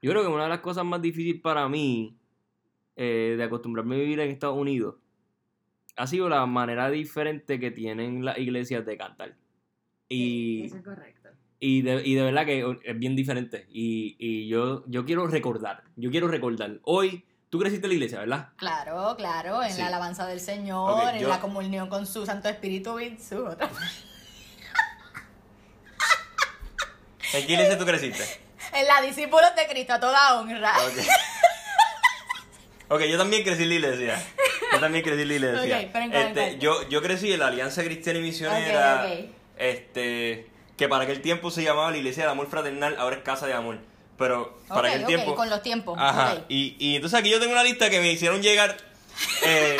Yo creo que una de las cosas más difíciles para mí eh, de acostumbrarme a vivir en Estados Unidos ha sido la manera diferente que tienen las iglesias de cantar. Y, Eso es correcto. y, de, y de verdad que es bien diferente. Y, y yo, yo quiero recordar, yo quiero recordar. Hoy, tú creciste en la iglesia, ¿verdad? Claro, claro, en Sí. la alabanza del Señor, Ok, en yo- la comunión con su Santo Espíritu y su otra. ¿En qué iglesia tú creciste? En la discípulos de Cristo a toda honra. Ok. Ok, yo también crecí en la iglesia. Yo también crecí en la iglesia. Ok, pero en cuál, en Este, cuál? yo, yo crecí en la Alianza Cristiana y Misionera. Ok, ok. Este, que para aquel tiempo se llamaba la Iglesia del Amor Fraternal, ahora es Casa de Amor. Pero para Ok, aquel ok, tiempo. con los tiempos, Ajá. ok. Y, y entonces aquí yo tengo una lista que me hicieron llegar. eh,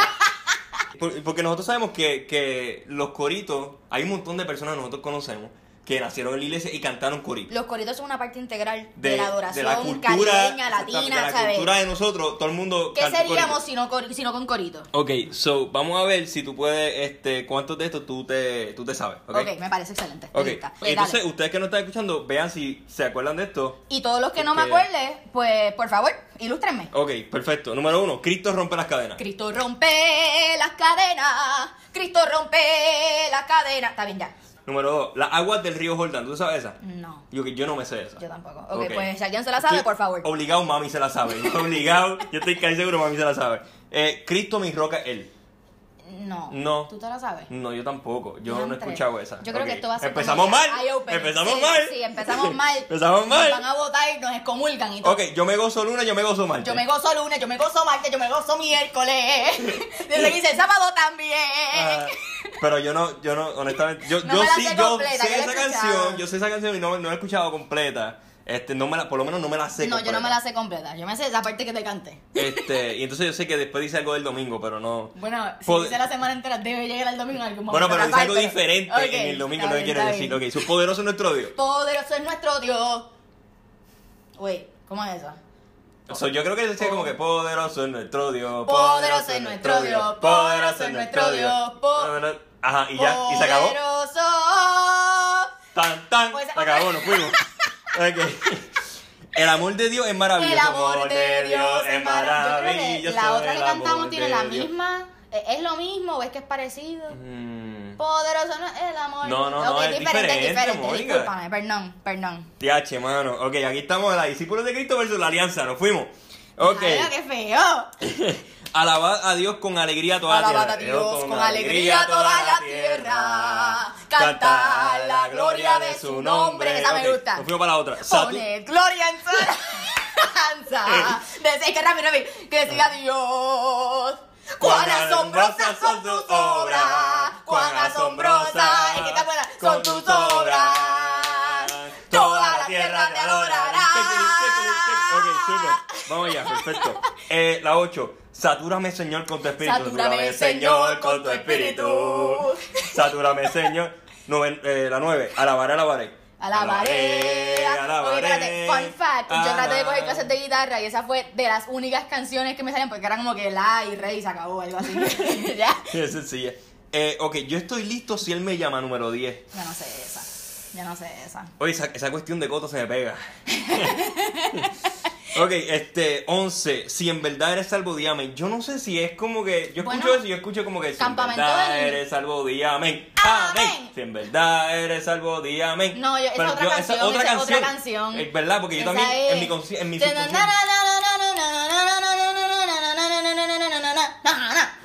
por- porque nosotros sabemos que, que los coritos, hay un montón de personas que nosotros conocemos que nacieron en la iglesia y cantaron coritos Los coritos son una parte integral de, de, la de adoración la cultura, caribeña, exactamente, de latina, la ¿sabes? cultura de nosotros, todo el mundo. ¿Qué canta seríamos corito. si no, cor- si no con corito? Ok, so vamos a ver si tú puedes, este, cuántos de estos tú te, tú te sabes, ¿ok? Ok, me parece excelente. Ok, Lista. Eh, dale. entonces ustedes que no están escuchando, vean si se acuerdan de esto. Y todos los que no me Porque- acuerden, pues por favor, ilústrenme. Ok, perfecto. Número uno, Cristo rompe las cadenas. Cristo rompe las cadenas, Cristo rompe las cadenas. Está bien, ya. Número dos, las aguas del río Jordán. ¿Tú sabes esa? No, Yo, yo no me sé esa. Mm. yo tampoco. Ok, pues si alguien se la sabe, Yo- por favor. Obligado, mami se la sabe. Obligado, yo estoy casi seguro, mami se la sabe. Eh, Cristo mi roca, él. No. No. ¿Tú te la sabes? No, yo tampoco. Yo no he Diantre. escuchado esa. Yo creo Ok. que esto va a ser. Empezamos como mal. eye opening. Empezamos Sí, mal. Sí, empezamos mal. empezamos mal. Nos van a votar y nos excomulgan y todo. Ok, yo me gozo luna, yo me gozo mal. Yo me gozo lunes, yo me gozo martes, yo me gozo miércoles. Desde que hice el sábado también. Ah, pero yo no, yo no, honestamente, yo, No yo me la sí, sé yo completa, sé yo la he esa escuchado. canción, yo sé esa canción y no, no la he escuchado completa. Este, no me la, por lo menos no me la sé no, yo no me la completa. sé completa. Yo me sé esa parte que te cante. Este, y entonces yo sé que después dice algo del domingo, pero no. Bueno, si Pod- hice la semana entera, debe llegar el domingo en algún momento. Pues- Bueno, pero dice capaz, algo pero- diferente Ok, en el domingo, está no bien, me quiere está decir. bien. Ok, su poderoso es nuestro Dios. Poderoso es nuestro Dios. Uy, ¿cómo es esa? So, yo creo que decía como que poderoso es nuestro Dios. Poderoso es nuestro Dios, poderoso es nuestro Dios, po- Poderoso- Ajá, y ya, y se acabó. Poderoso. Tan, tan, Pues- se acabó, nos fuimos. Ok. El amor de Dios es maravilloso. El amor de Dios es maravilloso. Yo creo que La otra que el amor cantamos tiene de la Dios. misma. ¿Es es lo mismo o es que es parecido? Mm, Poderoso no es el amor. No, no, no, Ok, es diferente, Mónica. Discúlpame, perdón, perdón. TH, mano. Ok, aquí estamos, la discípulos de Cristo versus la alianza, nos fuimos. Ok. Ay, no, qué feo. Alabad a Dios con alegría a toda Alabad la a tierra. Dios con alegría toda la tierra. Cantar la gloria de su nombre. Esa me Ok, gusta. Nos fuimos para la otra. Satu- Poner gloria en su alabanza. Decir que Ramiro vi, que siga Dios. Cuán asombrosas son tus obras. Cuán asombrosas. Es que está buena. Son tus obras. Toda la tierra te adorará. Ok, super. Vamos allá, perfecto. Eh, la 8. Satúrame, Señor, con tu espíritu. Satúrame, Señor, con tu espíritu. Satúrame, Señor. Nueve- eh, la 9. Alabaré, alabaré. Alabaré. Oye, espérate, fun fact. Yo traté de coger clases de guitarra y esa fue de las únicas canciones que me salían porque eran como que la y re y se acabó, algo así. ya. Sí, es sencilla. Eh, ok, yo estoy listo si él me llama número 10. Yo no sé esa. Yo no sé esa. Oye, esa, esa cuestión de coto se me pega. ok, este, 11. Si en verdad eres salvo, di amén. Yo no sé si es como que. Yo escucho Bueno, eso y yo escucho como que. Si en campamento verdad del- eres salvo, di amén. Amén. Amén. Si en verdad eres salvo, di amén. No, yo- esa Pero otra canción, esa es otra canción. Es verdad, porque yo también. En mi, consci- en mi subconsciente-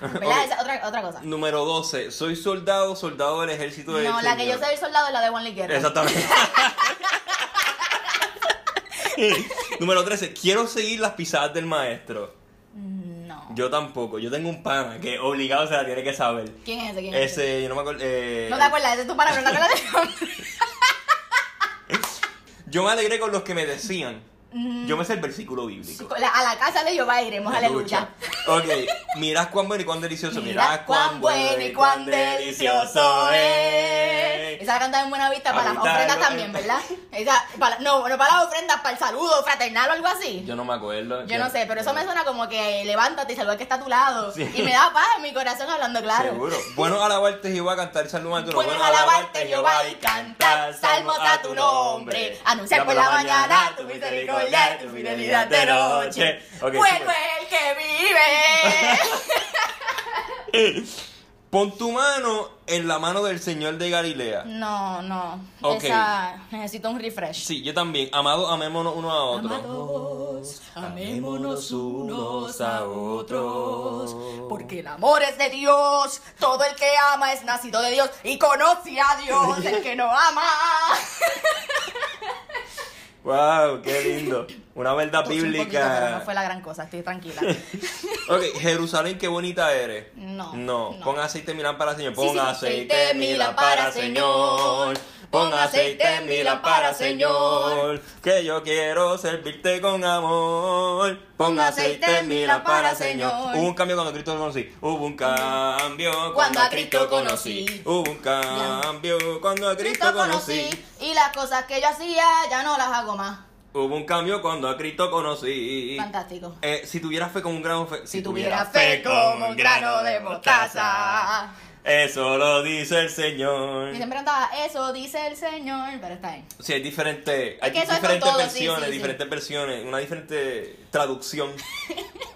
¿Verdad? Esa otra, otra cosa. Número 12. Soy soldado, soldado del ejército de. No, la que yo soy soldado es la de Juan Liguerra. Exactamente. Número 13. Quiero seguir las pisadas del maestro. No. Yo tampoco. Yo tengo un pana que obligado se la tiene que saber. ¿Quién es ese? ¿Quién es ese? Ese, yo no me acuerdo. eh, No te acuerdas, ese es tu palabra, no te acuerdas de nombre. Yo me alegré con los que me decían. Mm. Yo me sé el versículo bíblico. Con la- A la casa de Jehová iremos, aleluya. Ok, mirad cuán bueno y cuán delicioso. Mirad cuán bueno y cuán delicioso es eh, Esa la cantaba en Buenavista para las Ahorita, ofrendas ahorita. también, ¿verdad? Esa, para- no, no para las ofrendas, para el saludo fraternal o algo así. yo no me acuerdo. Yo no sé, pero eso me suena como que levántate y saluda al que está a tu lado. Y me da paz en mi corazón hablando claro. Seguro. Bueno, alabarte Jehová, cantar salmo a tu nombre. Puedes alabarte, Jehová, y cantar salmos a tu nombre. Anunciar por la mañana tu misericordia y tu fidelidad de noche. Ok, bueno, súper. el que vive. Pon tu mano en la mano del Señor de Galilea. No, no. Ok. Esa, necesito un refresh. Sí, yo también. Amados, amémonos uno a otro. Amados, amémonos unos a otros. Porque el amor es de Dios. Todo el que ama es nacido de Dios y conoce a Dios. El que no ama. Wow, qué lindo. Una verdad Toché un poquito, pero no bíblica. fue la gran cosa, estoy tranquila. Ok, Jerusalén, qué bonita eres. No, No, no. pon aceite milán para el Señor. Sí, Pon sí, aceite aceite milán milán para para el Señor. Señor. Pon Pon aceite aceite milán milán para el para Señor. Que yo quiero servirte con amor. Pon Pon aceite aceite milán milán para el para el Señor. Señor. Hubo un cambio cuando a Cristo lo conocí. Hubo un cambio cuando Cuando a a Cristo Cristo conocí. conocí. Hubo un cambio cuando a Cristo Cristo conocí. conocí y las cosas que yo hacía ya no las hago más. Hubo un cambio cuando a Cristo conocí. Fantástico. Eh, si tuviera fe como un grano fe, Si tuviera fe como un grano de mostaza. Eso lo dice el Señor. Y siempre andaba, eso dice el Señor, pero está bien. Sí, hay diferentes, hay que eso es con diferentes todo, sí, versiones, sí, sí. diferentes versiones, una diferente traducción.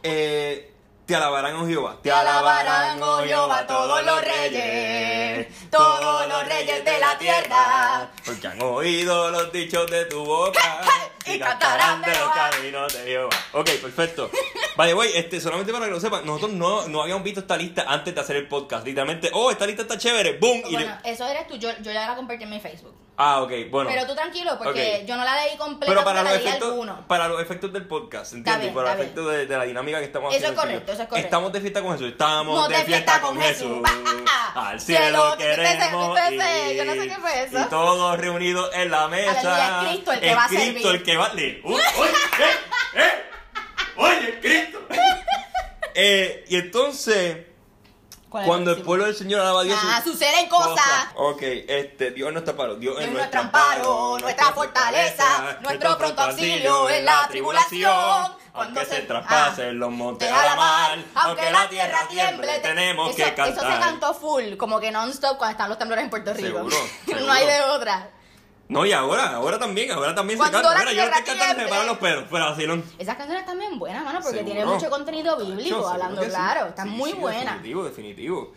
Eh, te alabarán, oh Jehová. Te alabarán, oh Jehová, todos los reyes, todos los reyes de la tierra. Porque han oído los dichos de tu boca Y cantarán de los Jehová. caminos de Jehová. Ok, perfecto. Vale, güey, este, solamente para que lo sepan, nosotros no, no habíamos visto esta lista antes de hacer el podcast. Literalmente, oh, esta lista está chévere, boom. y Bueno, le- eso eres tú, yo, yo ya la compartí en mi Facebook. Ah, ok, bueno. Pero tú tranquilo, porque Ok. yo no la leí completa, Pero para la los, leí efectos, alguno. para los efectos del podcast, Está ¿entiendes? bien, Y para está los bien. efectos de, de la dinámica que estamos Eso es haciendo. tú y correcto, yo. eso es correcto. Estamos de fiesta con Jesús. Estamos Nos de fiesta con Jesús. Al cielo que te se- queremos que te se- ir. yo no sé qué fue eso. Y todos reunidos en la mesa. Aleluya, es Cristo el que va a Cristo servir. el que va a servir. ¡Uy, uy, eh, eh! ¡Oye, es Cristo! Eh, y entonces, ¿Cuál es cuando el próximo? pueblo del Señor alaba a Dios. Ah, sus suceden cosas. Ok, este, Dios es nuestro amparo. Dios es Dios es nuestro nuestro amparo, amparo, nuestra fortaleza, nuestro pronto auxilio en la tribulación. Aunque Cuando se se- traspasen ah, los montes te a la mar, alabar, aunque la tierra tiemble, tenemos Eso- que Eso se cantar. cantó full, como que non-stop cuando están los temblores en Puerto Rico. Seguro, seguro. no hay de otra. No, y ahora, ahora también, ahora también se Cuando canta. la Mira, yo no estoy tierra cantando, se tiemble. paran los pelos, pero así no. Esas canciones están bien buenas, mano, porque tienen Seguro. mucho contenido bíblico, Seguro hablando que sí. claro. Están Sí, muy sí, buenas. Definitivo, definitivo.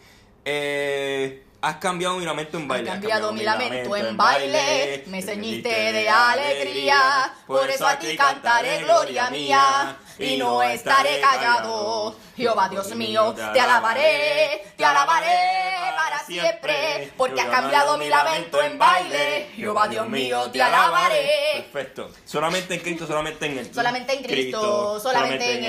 Eh, has cambiado mi lamento en baile. has cambiado mi lamento en baile, me ceñiste de alegría, por eso a ti cantaré gloria mía, y no estaré callado. Jehová Dios mío, te alabaré, te alabaré para siempre, porque has cambiado mi lamento en baile. Jehová Dios mío, te alabaré. Perfecto. Solamente en Cristo, solamente en Él. Solamente en Cristo, solamente en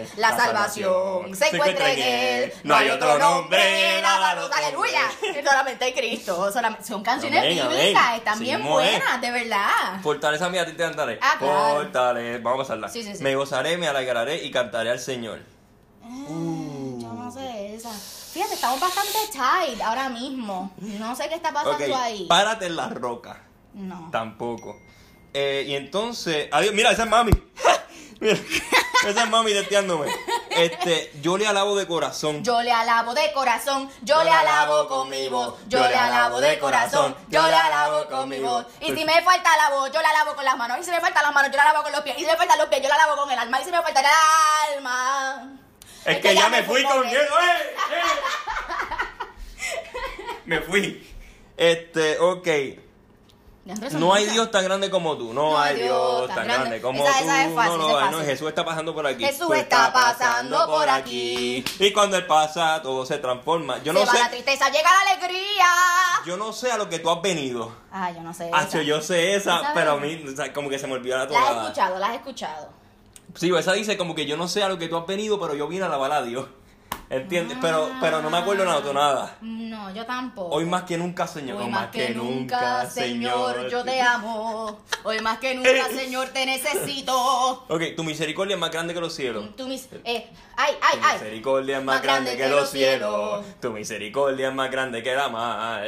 Él, la salvación se encuentra en Él. No hay otro nombre, nada, no, aleluya. Solamente en Cristo, solamente- son canciones Amén, amén. bíblicas, están Sí, bien mismo es. buenas, de verdad. Fortaleza mía, a ti te cantaré. Ah, claro. Fortaleza. Vamos a pasarla. Sí, sí, sí. Me gozaré, me alegraré y cantaré al Señor. Ah, Yo no sé esa. Fíjate, estamos bastante tight ahora mismo. No sé qué está pasando Ok, ahí. párate en la roca. no. Tampoco. Eh, y entonces, adiós, mira, esa es mami. Mira, esa es mami testeándome. Este, yo le alabo de corazón. Yo le alabo de corazón, yo le alabo con mi voz, yo le alabo de corazón, yo le alabo con mi voz. Y si me falta la voz, yo la alabo con las manos, y si me faltan las manos, yo la alabo con los pies, y si me faltan los pies, yo la alabo con el alma, y si me falta el alma. es que ya me fui fumó, con ¿eh? él. eh. Me fui. Este, ok. Diantre, eso No hay nunca. Dios tan grande como tú. No, hay Dios tan grande como Esa- tú. esa es fácil, no, esa no, es ay, no, fácil. Jesús está pasando por aquí. Jesús Tú está estás pasando por aquí. Y cuando Él pasa, todo se transforma. Yo no Se va sé. la tristeza, llega la alegría. Yo no sé a lo que tú has venido. Ah, yo no sé. Hacho, esa. yo sé esa, Esa pero a es- mí o sea, como que se me olvidó La la has tonada. escuchado, la has escuchado. Sí, pues, esa dice como que yo no sé a lo que tú has venido, pero yo vine a la a Dios. Ah. ¿Entiendes? Pero, pero no me acuerdo la tonada. No, yo tampoco. Hoy más que nunca, Señor. Hoy más que nunca, Señor, yo te Eh. amo. Hoy más que nunca, Señor, te necesito. Ok, tu misericordia es más grande que los cielos. Tú mis... eh, ay, ay, Tu ay. misericordia es más grande que los cielos. cielos. Tu misericordia es más grande que la mar.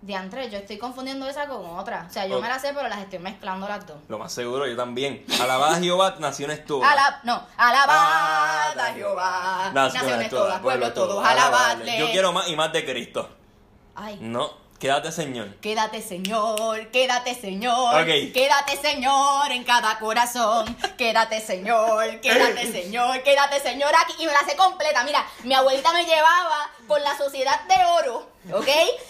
Diantre, yo estoy confundiendo esa con otra. O sea, yo Ok. me la sé, pero las estoy mezclando las dos. Lo más seguro, yo también. Alabada Jehová, naciones todas. Ala- no, alabada Jehová. Naciones todas, pueblo todos, alabadle. Yo quiero más y más de Cristo. Ay, No, quédate, Señor. quédate Señor, quédate Señor. Ok. Quédate Señor en cada corazón. Quédate Señor, quédate Señor, quédate Señor aquí. Y me la sé completa. Mira, mi abuelita me llevaba con la Sociedad de Oro, ¿ok?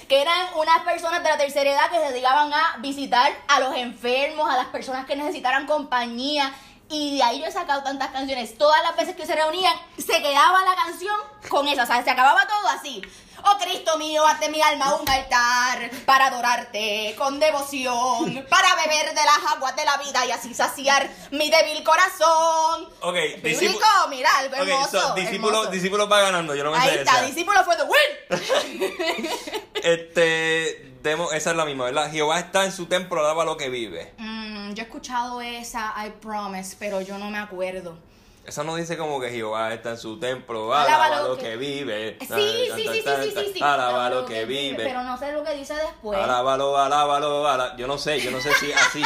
Que eran unas personas de la tercera edad que se dedicaban a visitar a los enfermos, a las personas que necesitaran compañía. Y de ahí yo he sacado tantas canciones. Todas las veces que se reunían, se quedaba la canción con esa. O sea, se acababa todo así. Oh Cristo mío, hazte mi alma un altar para adorarte con devoción, para beber de las aguas de la vida y así saciar mi débil corazón. Ok, Bíblico, mira, algo Ok, hermoso. so, discípulo, hermoso. discípulo va ganando, yo no me Ahí sé está, esa. discípulo fue de win. Este, demo, esa es la misma, ¿verdad? Jehová está en su templo, alaba lo que vive. Mm, yo he escuchado esa I promise, pero yo no me acuerdo. Esa no dice como que Jehová está en su templo, Alaba alaba, lo lo que- que, vive. Sí, sí, Ta, ta, sí, ta, sí, ta, sí, ta, sí, sí. Alaba lo que vive. Pero no sé lo que dice Pues después. Alábalo, alábalo, alá- Yo no sé, yo no sé si es así.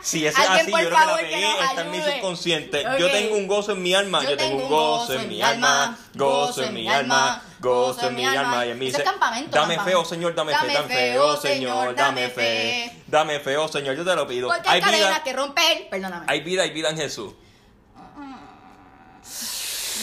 Si es Alguien, así, por yo creo que la favor, que pegué, nos está en mi ayude. subconsciente. Ok. Yo tengo un gozo en mi alma, yo, tengo un gozo en mi alma, gozo en mi alma, gozo en mi alma. Y en mi Eso es se- campamento, Dame papá. fe, oh Señor, dame fe, dame fe, oh Señor, dame fe. Dame fe, oh Señor, yo te lo pido. Porque hay Hay cadenas vida, que romper. Perdóname. hay vida, hay vida en Jesús.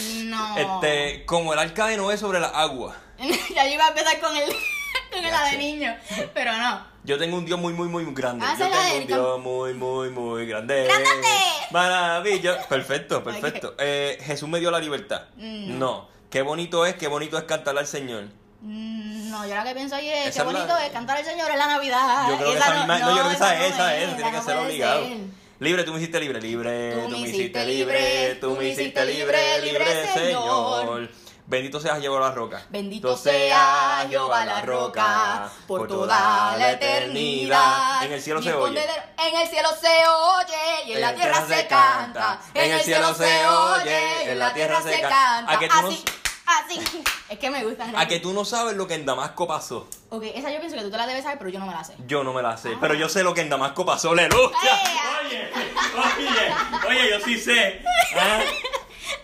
No. Este, como el arca de Noé sobre la agua. ya yo iba a empezar con el, con el Gracias. de niño, pero no. Yo tengo un Dios muy, muy, muy grande. Ah, esa Yo es la tengo del un cam- Dios muy, muy, muy grande. ¡Grandote! Maravilla. Perfecto, perfecto. Eh, Jesús me dio la libertad. Mm. No. Qué bonito es, qué bonito es cantarle al Señor. Mm, No, yo lo que pienso ahí es qué Esa es la- bonito es cantar al Señor en la Navidad. Yo creo que esa misma. No, yo creo que esa Ah, es, no esa es. Tiene no que ser puede obligado. ser. Libre, tú me hiciste libre, libre. Tú me hiciste libre, Tú me hiciste libre, libre, Señor. Bendito seas Jehová la roca. Bendito sea Jehová la roca por toda la eternidad. En el cielo Y se oye. escondedero- En el cielo se oye y en la tierra se canta. En el cielo se oye y en la tierra se canta. A que tú no- Así, así. Es que me gustan. A que tú no sabes lo que en Damasco pasó. Ok, esa yo pienso que tú te la debes saber, pero yo no me la sé. Yo no me la Ah. sé, pero yo sé lo que en Damasco pasó, ¡Aleluya! ¡Ea! Oye, oye, oye, yo sí sé. Ah.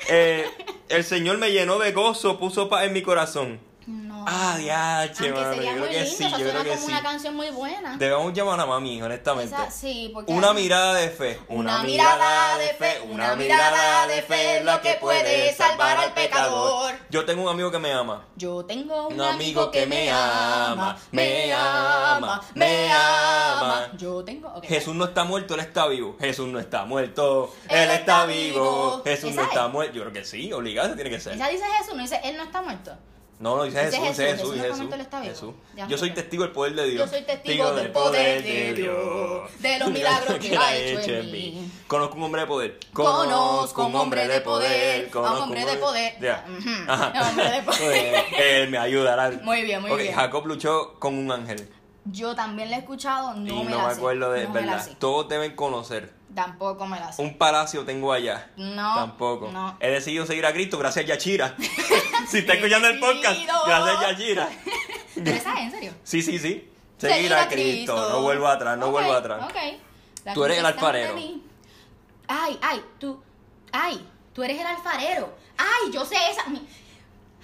Eh, el Señor me llenó de gozo, puso paz en mi corazón. No. Ah, diache, Aunque mano, yo sería creo muy que lindo, sí, eso yo creo suena que como sí. una canción muy buena. Debemos llamar a mami, honestamente. Ah. Esa- sí, porque- Una mirada de fe. Una mirada de fe, una mirada de fe, lo que puede salvar al pecador. Yo tengo un amigo que me ama. Yo tengo Un amigo que me ama, me ama, me ama. Yo tengo. ok. Jesús no está muerto, él está vivo. Jesús no está muerto, él está vivo. Jesús no ¿Esa está es? muerto. Yo creo que sí, obligado tiene que ser. Esa dice Jesús, no dice él no está muerto. No, no, dice Dice Jesús, dice Jesús, Jesús, en dice ese Jesús. momento él está vivo. Jesús. Ya, Yo soy ok. testigo del poder de Dios. Yo soy testigo del poder de Dios, de los milagros que ha hecho en mí. Conozco un hombre de poder. Conozco un hombre de poder, a un Conozco hombre de poder. Ya. Ujú, Ajá. un hombre de poder. Eh, Él me ayudará. Muy bien, muy Ok, bien. Jacob luchó con un ángel. Yo también la he escuchado, no y me no la me sé, acuerdo de no me la verdad. sé. Todos deben conocer. Tampoco me la sé. Un palacio tengo allá. No, Tampoco. no. He decidido seguir a Cristo gracias a Yachira. si está escuchando el podcast, Decidido. gracias a Yachira. ¿Pero esa es en serio? Sí, sí, sí. Seguir, a Cristo. No vuelvo atrás, no Ok, vuelvo atrás. ok. La Tú eres el contestante alfarero. de mí. Ay, ay, tú. Ay, tú eres el alfarero. Ay, yo sé esa. mi-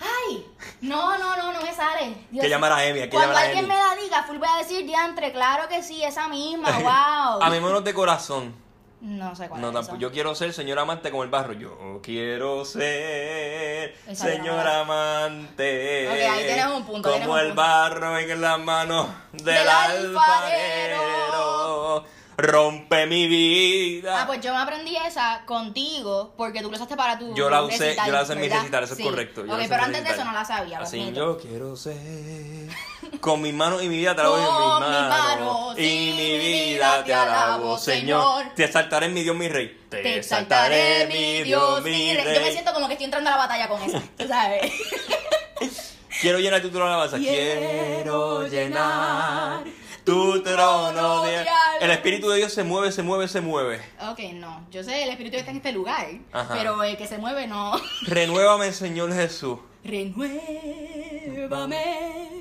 Ay, no, no, no, no me sale. Dios Que llamar a Emi, hay que Cuando llamar a alguien Emi. me la diga, full voy a decir diantre, claro que sí, esa misma, wow. Amémonos de corazón. No sé cuál No, es tampoco. esa. Yo quiero ser señor amante como el barro. Yo quiero ser Esa señor era amante. Ok, ahí tienes un punto, tienes Como un el punto. barro en la mano del, Del alfarero. alfarero. Rompe mi vida. Ah, pues yo me aprendí esa contigo porque tú la usaste para tu Yo la usé- recital, yo la usé en mi ¿verdad? recital, eso es Sí. correcto, yo la Ok, usé en pero mi antes de eso recital. no la sabía. lo Así admito. yo quiero ser. Con mis manos y mi vida te alabo Con en mis mis manos. manos y mi vida te alabo, Señor. Te exaltaré, mi Dios, mi rey. Te exaltaré, mi Dios, mi rey. Yo me siento como que estoy entrando a la batalla con eso, tú sabes. Quiero llenar tu trono de alabanza. Quiero llenar tu trono de alabanza. El Espíritu de Dios se mueve, se mueve, se mueve. ok, no. Yo sé el espíritu que está en este lugar, Ajá. pero el que se mueve no. Renuévame, Señor Jesús. Renuévame,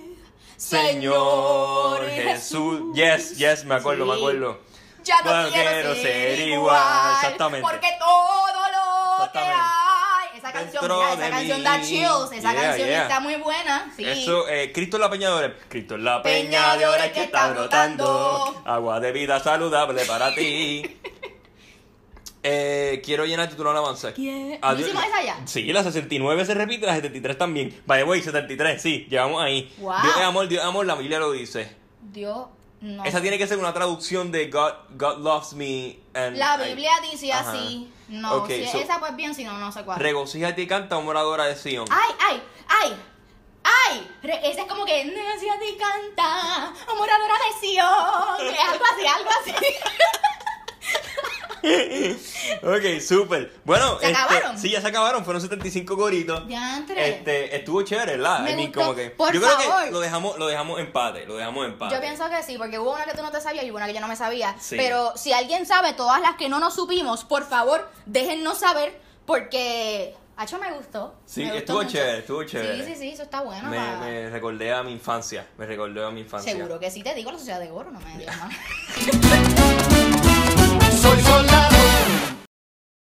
Señor Jesús. Yes, yes, me acuerdo, Sí. me acuerdo. Ya no, No quiero, quiero ser ser igual. igual. Exactamente. Porque todo lo que Exactamente. hay. Esa canción, Dentro mira, de esa mí. canción da chills. Esa Yeah, canción yeah. está muy buena. Sí. Eso, eh, Cristo en la Peña de Ores. Cristo en la Peña de Ores que está brotando. Agua de vida saludable para ti. Eh, quiero llenar el titular en avance. ¿Qué? ¿No Adiós- hicimos esa ya? Sí, la 69 se repite, la 73 también. Vaya, güey, 73, sí, llegamos ahí. Wow. Dios es amor, Dios es amor, la Biblia lo dice. Dios, no. Esa tiene que ser una traducción de God, God loves me. And La I- Biblia dice Ajá. así. No, Ok, si so- esa pues bien, si no, no sé cuál. Regocíjate y canta, oh moradora de Sion. ¡Ay, ay, ay! ¡Ay! Re- esa es como que. Necia te canta, oh, moradora de Sion. Es algo así, algo así. Ok, súper. Bueno, ¿Se este, acabaron? Sí, ya se acabaron, fueron 75 goritos. Diantre. Este, estuvo chévere, ¿verdad? Me I mean, gustó. como que, Por yo creo favor. que lo dejamos, lo dejamos empate, lo dejamos empate. Yo pienso que sí, porque hubo una que tú no te sabías y hubo una que yo no me sabía. Sí. Pero si alguien sabe todas las que no nos supimos, por favor, déjennos saber porque. Hacho me gustó. Sí, me gustó estuvo mucho. chévere, estuvo chévere. Sí, sí, sí, eso está bueno. me, pa- me recordé a mi infancia, me recordé a mi infancia. Seguro que sí, te digo la sociedad de oro, no me digas más. Soy soldado.